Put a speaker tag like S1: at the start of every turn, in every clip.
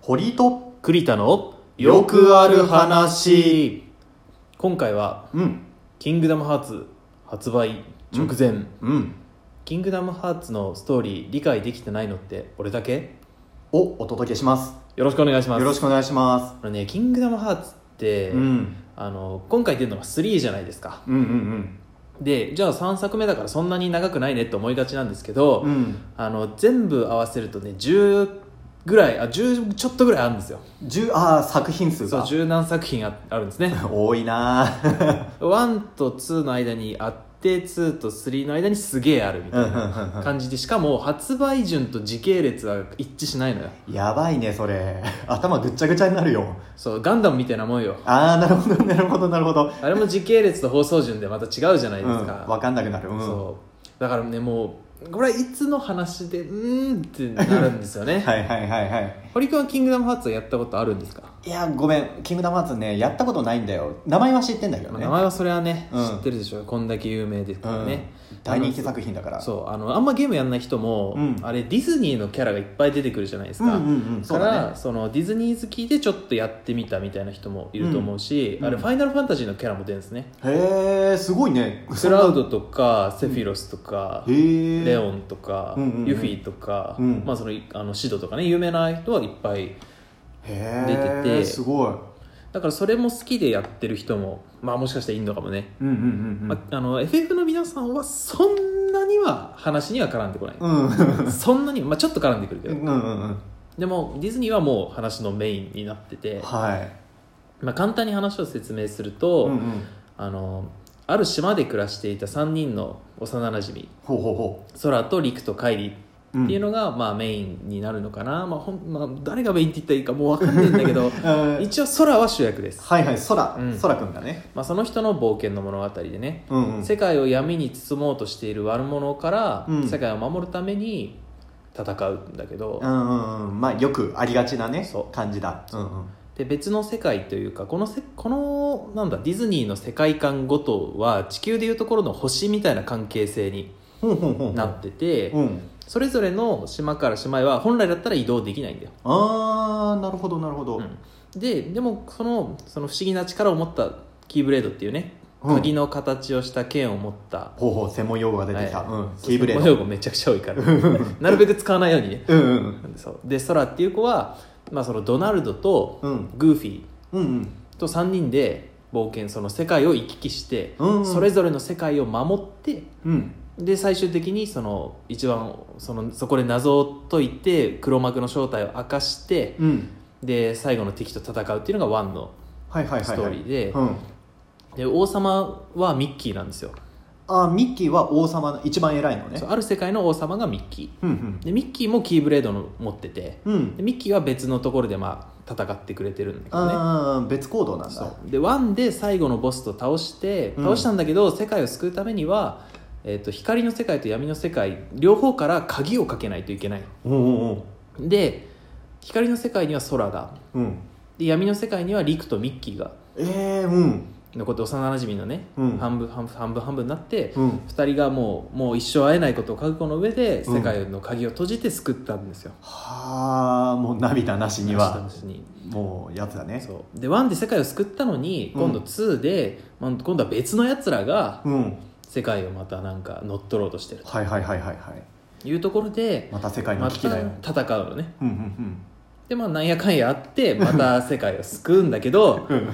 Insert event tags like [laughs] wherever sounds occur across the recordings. S1: 堀井と
S2: 栗田の
S1: よくある話
S2: 今回は
S1: うん
S2: 「キングダムハーツ」発売直前、
S1: うん
S2: キングダムハーツ」のストーリー理解できてないのって俺だけ
S1: をお届けします
S2: よろしくお願いしま
S1: よ
S2: す
S1: ろしくお願いしま
S2: あのね「キングダムハーツ」って、
S1: す、うん、
S2: あの今回出るのが3じゃないですか
S1: うんうん
S2: でじゃあ3作目だからそんなに長くないねって思いがちなんですけど、
S1: うんうん
S2: あの全部合わせるとね10ぐらいあ10ちょっとぐらいあるんですよ
S1: 十ああ作品数
S2: そう
S1: が
S2: 十何作品ああるんですね
S1: [laughs] 多いな [laughs] ー
S2: 1と2の間にあって2と3の間にすげえあるみたいな感じでしかも発売順と時系列は一致しないのよ
S1: やばいねそれ頭ぐっちゃぐちゃになるよ
S2: そうガンダムみたいなもんよ
S1: ああなるほどなるほどなるほど
S2: あれも時系列と放送順でまた違うじゃな
S1: う
S2: い
S1: ん
S2: ですか、
S1: 分かんなくなるうん
S2: そうだからねもうこれはいつの話でうーんってなるんですよ
S1: [laughs]
S2: ね、
S1: はいはいはいはい
S2: 堀君は「キングダムハーツ」はやったことあるんですか、
S1: いやごめん「キングダムハーツ」ねやったことないんだよ名前は知ってんだけど
S2: まあ
S1: ね
S2: 名前はそれはね、
S1: うん
S2: 知ってるでしょこんだけ有名ですからね、
S1: うん、大人気作品だから
S2: そうあのあんまゲームやんない人も、
S1: うん
S2: あれディズニーのキャラがいっぱい出てくるじゃないですか、
S1: うんうんうん
S2: か
S1: そう
S2: ら
S1: だ
S2: そ,、
S1: ね
S2: のディズニー好きでちょっとやってみたみたいな人もいると思うし、
S1: うん
S2: あれ
S1: う
S2: フ
S1: ん
S2: ァイナルファンタジーのキャラも出るんですね、
S1: へえすごいね
S2: クラウドとかセフィロスとか、
S1: へえ
S2: レオンとか、
S1: うんうんうん
S2: ユフィとか、
S1: うん
S2: まあ、そのあのシドとかね有名な人はいっぱい
S1: へ
S2: 出
S1: ー
S2: てて
S1: すごい
S2: だからそれも好きでやってる人もまあもしかしたらいるのかもね、
S1: うんうんうんうん、
S2: まあ、あの FF の皆さんはそんなには話には絡んでこない、
S1: うん
S2: そんなに、まあ、ちょっと絡んでくるけ
S1: う
S2: ど、
S1: んうんうん
S2: でもディズニーはもう話のメインになってて、
S1: はい
S2: まあ、簡単に話を説明すると、
S1: うんうん
S2: あのある島で暮らしていた3人の幼なじみ
S1: ほうほうほ
S2: 空と陸とカイリ
S1: う
S2: っていう
S1: の
S2: のが、まあ、メインになるのかな、まあほんまあ、誰がメインって言ったらいいかもう分かんないんだけど一応空は主役です、
S1: はいはい空、
S2: うん
S1: 空くんだね
S2: まあ、その人の冒険の物語でね、
S1: うんうん
S2: 世界を闇に包もうとしている悪者から、
S1: うん
S2: 世界を守るために戦うんだけど、
S1: うんうんうんまあよくありがちなね
S2: そう
S1: 感じだうんうん
S2: で別の世界というかこのせこのなんだディズニーの世界観ごとは地球でいうところの星みたいな関係性に
S1: ほうほうほう
S2: なってて、
S1: うん
S2: それぞれの島から島へは本来だったら移動できないんだよ、
S1: ああなるほどなるほど、
S2: うんででもそのその不思議な力を持ったキーブレードっていうね
S1: うん
S2: 鍵の形をした剣を持った、
S1: ほうほう専門用語が出てきた、
S2: はい
S1: うんキーブレー
S2: そう
S1: ド
S2: 用語めちゃくちゃ多
S1: [laughs]
S2: いからなるべく使わないようにね
S1: うんうん
S2: そうで空っていう子は、まあ、そのドナルドと
S1: うん
S2: グーフィー
S1: うんうん
S2: と3人で冒険その世界を行き来して、
S1: うんうん
S2: それぞれの世界を守って
S1: うん
S2: で最終的にその一番そのそこで謎を解いて黒幕の正体を明かして、
S1: うん
S2: で最後の敵と戦うっていうのがワンの
S1: はいはいはい、はい、
S2: ストーリーで,、
S1: うん
S2: で王様はミッキーなんですよ、
S1: あーミッキーは王様の一番偉いのね
S2: そうある世界の王様がミッキ
S1: うんうん
S2: ーでミッキーもキーブレードの持ってて
S1: うん
S2: でミッキーは別のところでまあ戦ってくれてるんだけどね
S1: あー別行動なん
S2: そ
S1: だ
S2: うでワンで最後のボスと倒して
S1: うん
S2: 倒したんだけど、世界を救うためには、えー、と光の世界と闇の世界両方から鍵をかけないといけない
S1: おうおうお
S2: で光の世界には空が
S1: ううん
S2: で闇の世界にはリクとミッキーが
S1: えー、うん
S2: 残って幼なじみのね、
S1: うん
S2: 半分半分半分半分になって、
S1: うん
S2: 2人がもうもう一生会えないことを覚悟の上で
S1: うん
S2: 世界の鍵を閉じて救ったんですよ、
S1: はあもう涙なしには
S2: 私に
S1: もうやつだね
S2: そうで1で世界を救ったのに今度
S1: うん
S2: 2で、まあ今度は別のやつらが
S1: うん
S2: 世界をまたなんか乗っ取ろうとしてる
S1: はいはいはいはいはい
S2: というところで
S1: また世界の
S2: ま
S1: 危
S2: た
S1: 機だよ、
S2: 戦うのね
S1: うんうん
S2: でまあなんやかんやあってまた世界を救うんだ
S1: [laughs]
S2: けど
S1: うん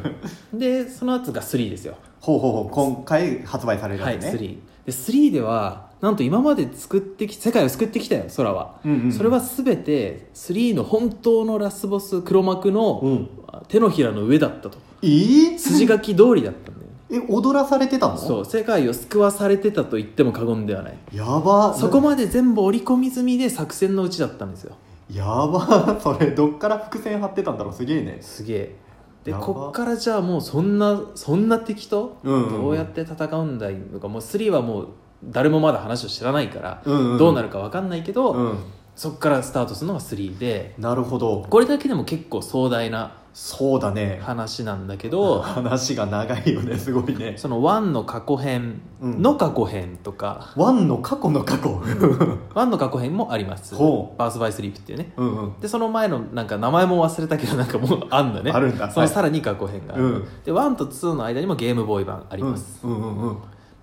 S1: うん
S2: でその後が3ですよ、
S1: ほうほうほう今回発売される
S2: はい
S1: やつね、
S2: 3で3ではなんと今まで作ってき世界を救ってきたよ空は、
S1: うんうん、
S2: それは全て3の本当のラスボス黒幕
S1: う
S2: の
S1: ん
S2: 手のひらの上だったと
S1: えー、
S2: 筋書き通りだったんだよ
S1: [laughs]
S2: ね
S1: え踊らされてたの
S2: そう世界を救わされてたと言っても過言ではない
S1: やば
S2: そこまで全部織り込み済みで作戦のうちだったんですよ
S1: やばそれどっから伏線張ってたんだろうすげえね
S2: すげえで
S1: やば
S2: こっからじゃあもうそんなそんな敵と
S1: うんうんうん
S2: どうやって戦うんだいのか、もう3はもう誰もまだ話を知らないから、
S1: うんうんうん
S2: どうなるか分かんないけど、
S1: うん
S2: そっからスタートするのが3で
S1: なるほど
S2: これだけでも結構壮大な
S1: そうだね
S2: 話なんだけど
S1: 話が長いよねすごいね
S2: その1の過去編の過去編とか、
S1: ワンの過去の [laughs] 過去
S2: 1の過去編もあります
S1: ほ
S2: バース・バイ・スリープっていうね
S1: うんうん
S2: でその前のなんか名前も忘れたけどなんかもうあんだね
S1: あるんだ
S2: そのさらに過去編がある、
S1: うん
S2: で1と2の間にもゲームボーイ版あります、
S1: うんうんうんうん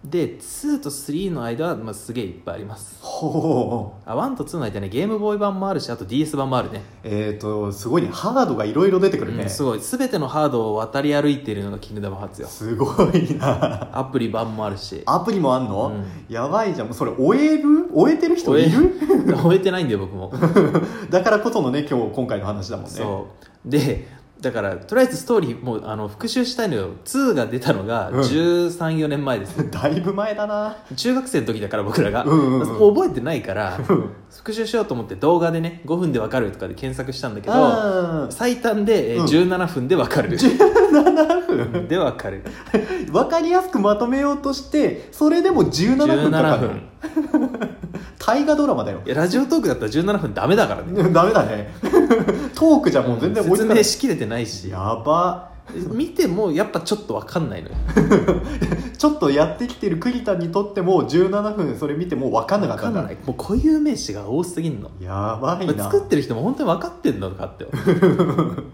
S2: で2と3の間は、まあ、すげえいっぱいあります
S1: ほう
S2: あ1と2の間ねゲームボーイ版もあるしあと DS 版もあるね
S1: えっ、とすごいねハードがいろいろ出てくるね、
S2: うんすごい全てのハードを渡り歩いているのが「キングダムハーツ」よ
S1: すごいな
S2: アプリ版もあるし
S1: アプリもあんの、
S2: [laughs] う
S1: やばいじゃんもうそれ終える終えてる人いる
S2: 終えてないんだよ僕も、
S1: [laughs] だからこそのね今日今回の話だもんね
S2: そうでだからとりあえずストーリーもうあの復習したいのよ2が出たのが
S1: うん
S2: 134年前です、
S1: だいぶ前だな
S2: 中学生の時だから僕らが、
S1: うんうんうん
S2: 覚えてないから復習しようと思って動画でね5分でわかるとかで検索したんだけど
S1: あ
S2: 最短でえー
S1: うん
S2: 17分でわかる、
S1: 7分
S2: でわかる
S1: 分かりやすくまとめようとしてそれでも17分かか
S2: 17
S1: る
S2: 分
S1: 大河ドラマだよ [laughs]
S2: いやラジオトークだったら17分ダメだからね
S1: ダメだねトークじゃもう全然追い
S2: 説
S1: つかな
S2: 明
S1: い
S2: しきれてないし
S1: やば
S2: 見てもやっぱちょっとわかんないのよ
S1: ちょっとやってきてる栗田にとっても17分それ見てもう分かんなか
S2: わ
S1: った
S2: か
S1: ん
S2: ん
S1: だ
S2: ないもう固有名詞が多すぎんの
S1: やばいな
S2: 作ってる人も本当に分かってんのかって
S1: [laughs]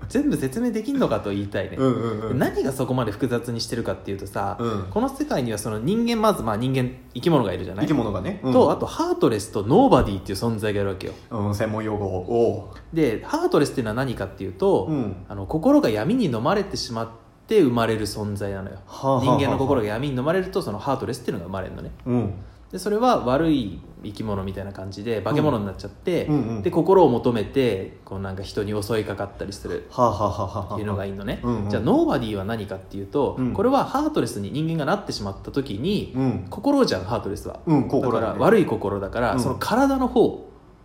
S2: 全部説明できんのかと言いたいね、
S1: うんうんうん
S2: 何がそこまで複雑にしてるかっていうとさ、
S1: うん
S2: この世界にはその人間まずまあ人間生き物がいるじゃな
S1: 生
S2: い
S1: き物がね、うん
S2: とあとハートレスとノーバディっていう存在がいるわけよ
S1: うん、専門用語を
S2: でハートレスっていうのは何かっていうと、
S1: うん
S2: あの心が闇に飲まれてしまって生まれる存在なのよ、
S1: はあはあはあ
S2: 人間の心が闇に飲まれるとそのハートレスっていうのが生まれるのね
S1: うん
S2: でそれは悪い生き物みたいな感じで化け物になっちゃって、
S1: うんうん
S2: で心を求めてこうなんか人に襲いかかったりする
S1: はあ、はあはあはあ、
S2: っていうのがいいのね、
S1: うんうん
S2: じゃあノーバディは何かっていうと、
S1: うん
S2: これはハートレスに人間がなってしまった時に、
S1: うん
S2: 心じゃんハートレスは、
S1: うん
S2: だ
S1: 心
S2: から
S1: ね
S2: 悪い心だから、
S1: うん
S2: その体の方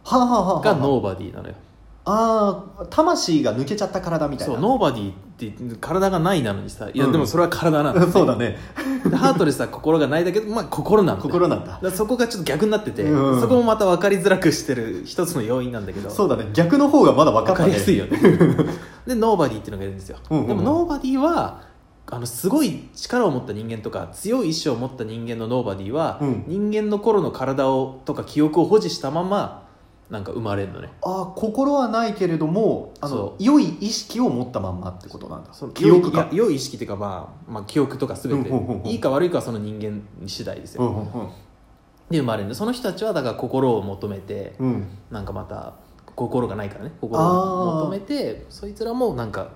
S1: はあはあはあはあ
S2: がノーバディなのよ、
S1: ああ魂が抜けちゃった体みたいな
S2: そうノーバディって体がないなのにさいやでもそれは体なんだ、
S1: [laughs] うんそうだね
S2: でハートレスは心がないだけどまあ心なんだよ
S1: 心なんだ
S2: だからそこがちょっと逆になってて、
S1: うん
S2: そこもまた分かりづらくしてる一つの要因なんだけど
S1: そうだね逆の方がまだ分か
S2: 分
S1: った、ね、
S2: かりやすいよね [laughs] でノーバディっていうのがいるんですよ、
S1: うんうんうん
S2: でもノーバディはあのすごい力を持った人間とか強い意志を持った人間のノーバディは、
S1: うん
S2: 人間の頃の体をとか記憶を保持したままなんか生まれるのね
S1: ああ心はないけれどもあの
S2: そ
S1: 良い意識を持ったまんまってことなんだ
S2: その
S1: 記憶
S2: いや
S1: が
S2: 良い意識っていうか、まあ、まあ記憶とか全て、
S1: うんうんうんうん
S2: いいか悪いかはその人間次第ですよ、
S1: うんうんうん
S2: で生まれるのその人たちはだから心を求めて、
S1: うん
S2: なんかまた心がないからね心を求めてそいつらもなんか、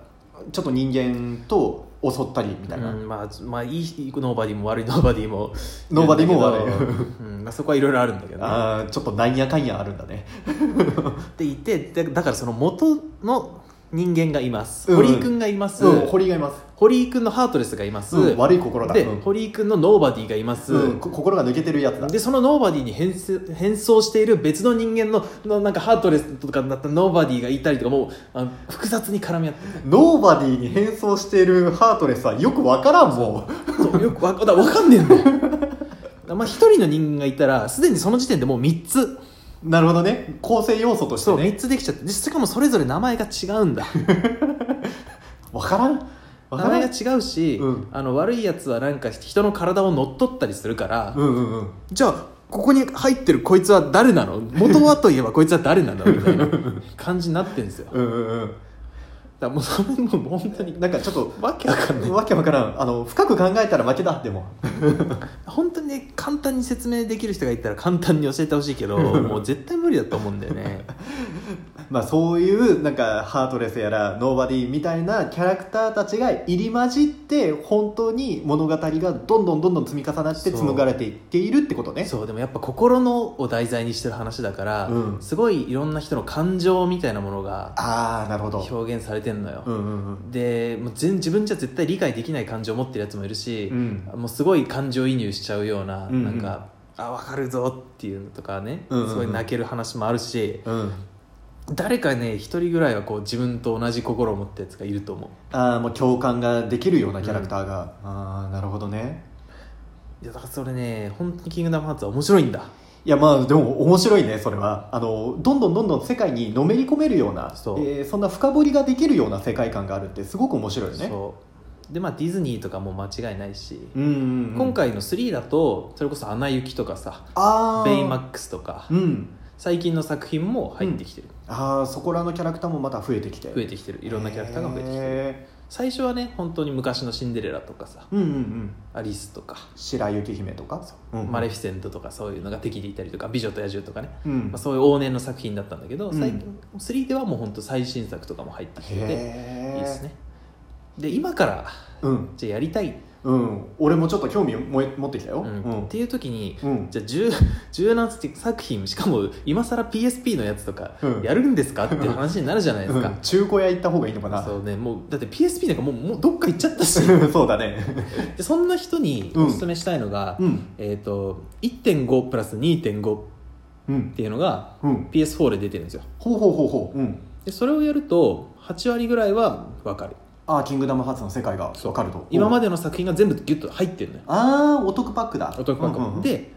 S1: ちょっと人間と襲ったりみたいな、
S2: うんまあ、まあいいノーバディも悪いノーバディも
S1: ノーバディも悪い
S2: るんだけどうんまあ、そこはいろいろあるんだけどね
S1: ああちょっとなんやかんやあるんだね
S2: って言ってだだからその元の人間がいます、
S1: うん
S2: 堀井君がいます、
S1: うん堀井がいます、
S2: 堀井君のハートレスがいます、
S1: うん、悪い心だ
S2: で、
S1: うん
S2: 堀井君のノーバディがいます、
S1: うんこ心が抜けてるやつだ
S2: でそのノーバディに変す変装している別の人間ののなんかハートレスとかになったノーバディがいたりとかもうあの複雑に絡み合って
S1: ノーバディに変装しているハートレスはよくわからんも
S2: そうよくわだからわかんねえんだよだからまあ一人の人間がいたらすでにその時点でもう3つ
S1: うなるほどね構成要素とし
S2: そ
S1: て
S2: う
S1: ね
S2: 3つできちゃってでしかもそれぞれ名前が違うんだ
S1: わからんわ
S2: 名
S1: からん
S2: 前が違うし、
S1: うん
S2: あの悪いやつはなんか人の体を乗っ取ったりするから、
S1: うんうんうん
S2: じゃあここに入ってるこいつは誰なの元はといえばこいつは誰なんだみたいな感じになってんですよだか
S1: うんうん
S2: らもうそれももう本当
S1: う
S2: に
S1: んなんかちょっと
S2: わけわかんない
S1: わけわからんあの深く考えたら負けだでも
S2: 本当にね簡単に説明できる人がいたら簡単に教えてほしいけどもう絶対無理だと思うんだよね
S1: まあそういうなんかハートレスやらノーバディみたいなキャラクターたちが入り混じって本当に物語がどんどんどんどん積み重なって紡がれていっているってことね
S2: そうでもやっぱ心のを題材にしてる話だから、
S1: うん
S2: すごいいろんな人の感情みたいなものが
S1: ああなるほど
S2: 表現されてんのよ、
S1: うんうんうん
S2: でもう全自分じゃ絶対理解できない感情を持ってるやつもいるし、
S1: うん
S2: もうすごい感情移入しちゃうような、
S1: うんうん
S2: なんかあ分かるぞっていうのとかね、
S1: うんうんうん
S2: すごい泣ける話もあるし
S1: うん
S2: 誰かね一人ぐらいはこう自分と同じ心を持ったやつがいると思う
S1: ああもう共感ができるようなキャラクターが、ああなるほどね
S2: いやだからそれね本当に「キングダムハーツ」は面白いんだ
S1: いやまあでも面白いねそれはあのどんどんどんどん世界にのめり込めるような
S2: そう
S1: えーそんな深掘りができるような世界観があるってすごく面白いよね
S2: そうでまあディズニーとかも間違いないし、
S1: うんうんうん
S2: 今回の3だとそれこそ「アナ雪」とかさ
S1: あ
S2: 「
S1: ー
S2: ベイマックス」とか
S1: うん
S2: 最近の作品も入ってきてる、
S1: ああそこらのキャラクターもまた増えてきて
S2: 増えてきてるいろんなキャラクターが増えてきてる
S1: へ
S2: 最初はね本当に昔の「シンデレラ」とかさ
S1: ーうんうんうん
S2: 「アリス」とか
S1: 白雪姫とか
S2: 「マレフィセント」とかそういうのが敵でいたりとか「美女と野獣」とかね、
S1: うん
S2: まあ、そういう往年の作品だったんだけど、
S1: うん
S2: 最近3ではもう本当最新作とかも入ってきててい
S1: へ
S2: い
S1: え
S2: ですねで今から
S1: うん
S2: じゃあやりたい、
S1: うん俺もちょっと興味をもえ持ってきたよ
S2: う
S1: うん
S2: っ
S1: ん
S2: ていう時に
S1: うん
S2: じゃあ10 10何作品しかも今更 PSP のやつとか
S1: うん
S2: やるんですかって話になるじゃないです
S1: う
S2: か
S1: ん、中古屋行った方がいいのかな
S2: そうねもうだって PSP なんかもうもうどっか行っちゃったし
S1: そうだね
S2: でそんな人に
S1: うん
S2: おすすめしたいのが、
S1: うん
S2: えっ、と1.5プラス2.5っ
S1: うん
S2: ていうのが
S1: うん、
S2: PS4 で出てるんですよ
S1: ほうほうほうほう、うん、
S2: でそれをやると8割ぐらいは分かる
S1: ああキングダムハーツの世界が分かると
S2: 今ま
S1: で
S2: での作品が全部ギュッと入ってるのよ
S1: ああお得パックだ
S2: お得感
S1: うんうんうん
S2: で、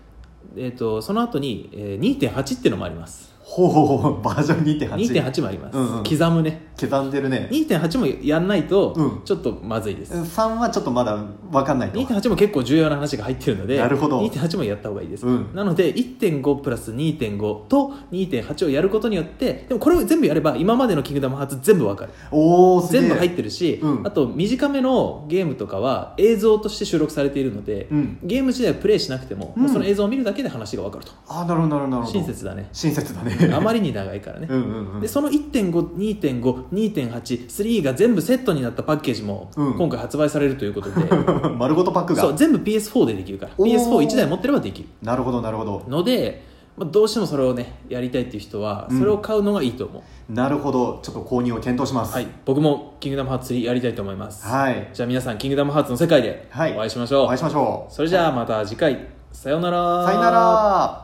S2: えー、とその後に、えー2.8っていうのもあります
S1: ほうほうほうバージョン2.8
S2: 2.8もあります、
S1: うんうん
S2: 刻むね
S1: 刻んでるね
S2: 2.8もやんないと
S1: うん
S2: ちょっとまずいです、
S1: 3はちょっとまだ分かんないと
S2: 2.8も結構重要な話が入ってるので
S1: なるほど
S2: 2.8もやった方がいいです、
S1: うん
S2: なので1.5プラス2.5と2.8をやることによってでもこれを全部やれば今までの「キングダムハーツ」全部わかる
S1: おおすげえ
S2: 全部入ってるし、
S1: うん
S2: あと短めのゲームとかは映像として収録されているので、
S1: うん
S2: ゲーム自体はプレイしなくても,、
S1: うん
S2: もうその映像を見るだけで話がわかると
S1: ああなるほどなるほどなるほど
S2: 親切だね
S1: 親切だね
S2: あまりに長いからね、
S1: うんうんうん
S2: でその1.52.52.83が全部セットになったパッケージも
S1: うん
S2: 今回発売されるということで、
S1: [laughs] [laughs] 丸ごとパック
S2: そう
S1: が
S2: 全部 PS4 でできるから
S1: おー
S2: PS41 台持ってればできる
S1: なるほどなるほど
S2: ので、まあ、どうしてもそれをねやりたいっていう人は
S1: うん
S2: それを買うのがいいと思う、
S1: なるほどちょっと購入を検討します
S2: はい僕も「キングダムハーツ3」やりたいと思います
S1: はい
S2: じゃあ皆さん「キングダムハーツ」の世界でお
S1: はい
S2: 会いしましょう、
S1: お会いしましょう
S2: それじゃあまた次回さようなら
S1: さよなら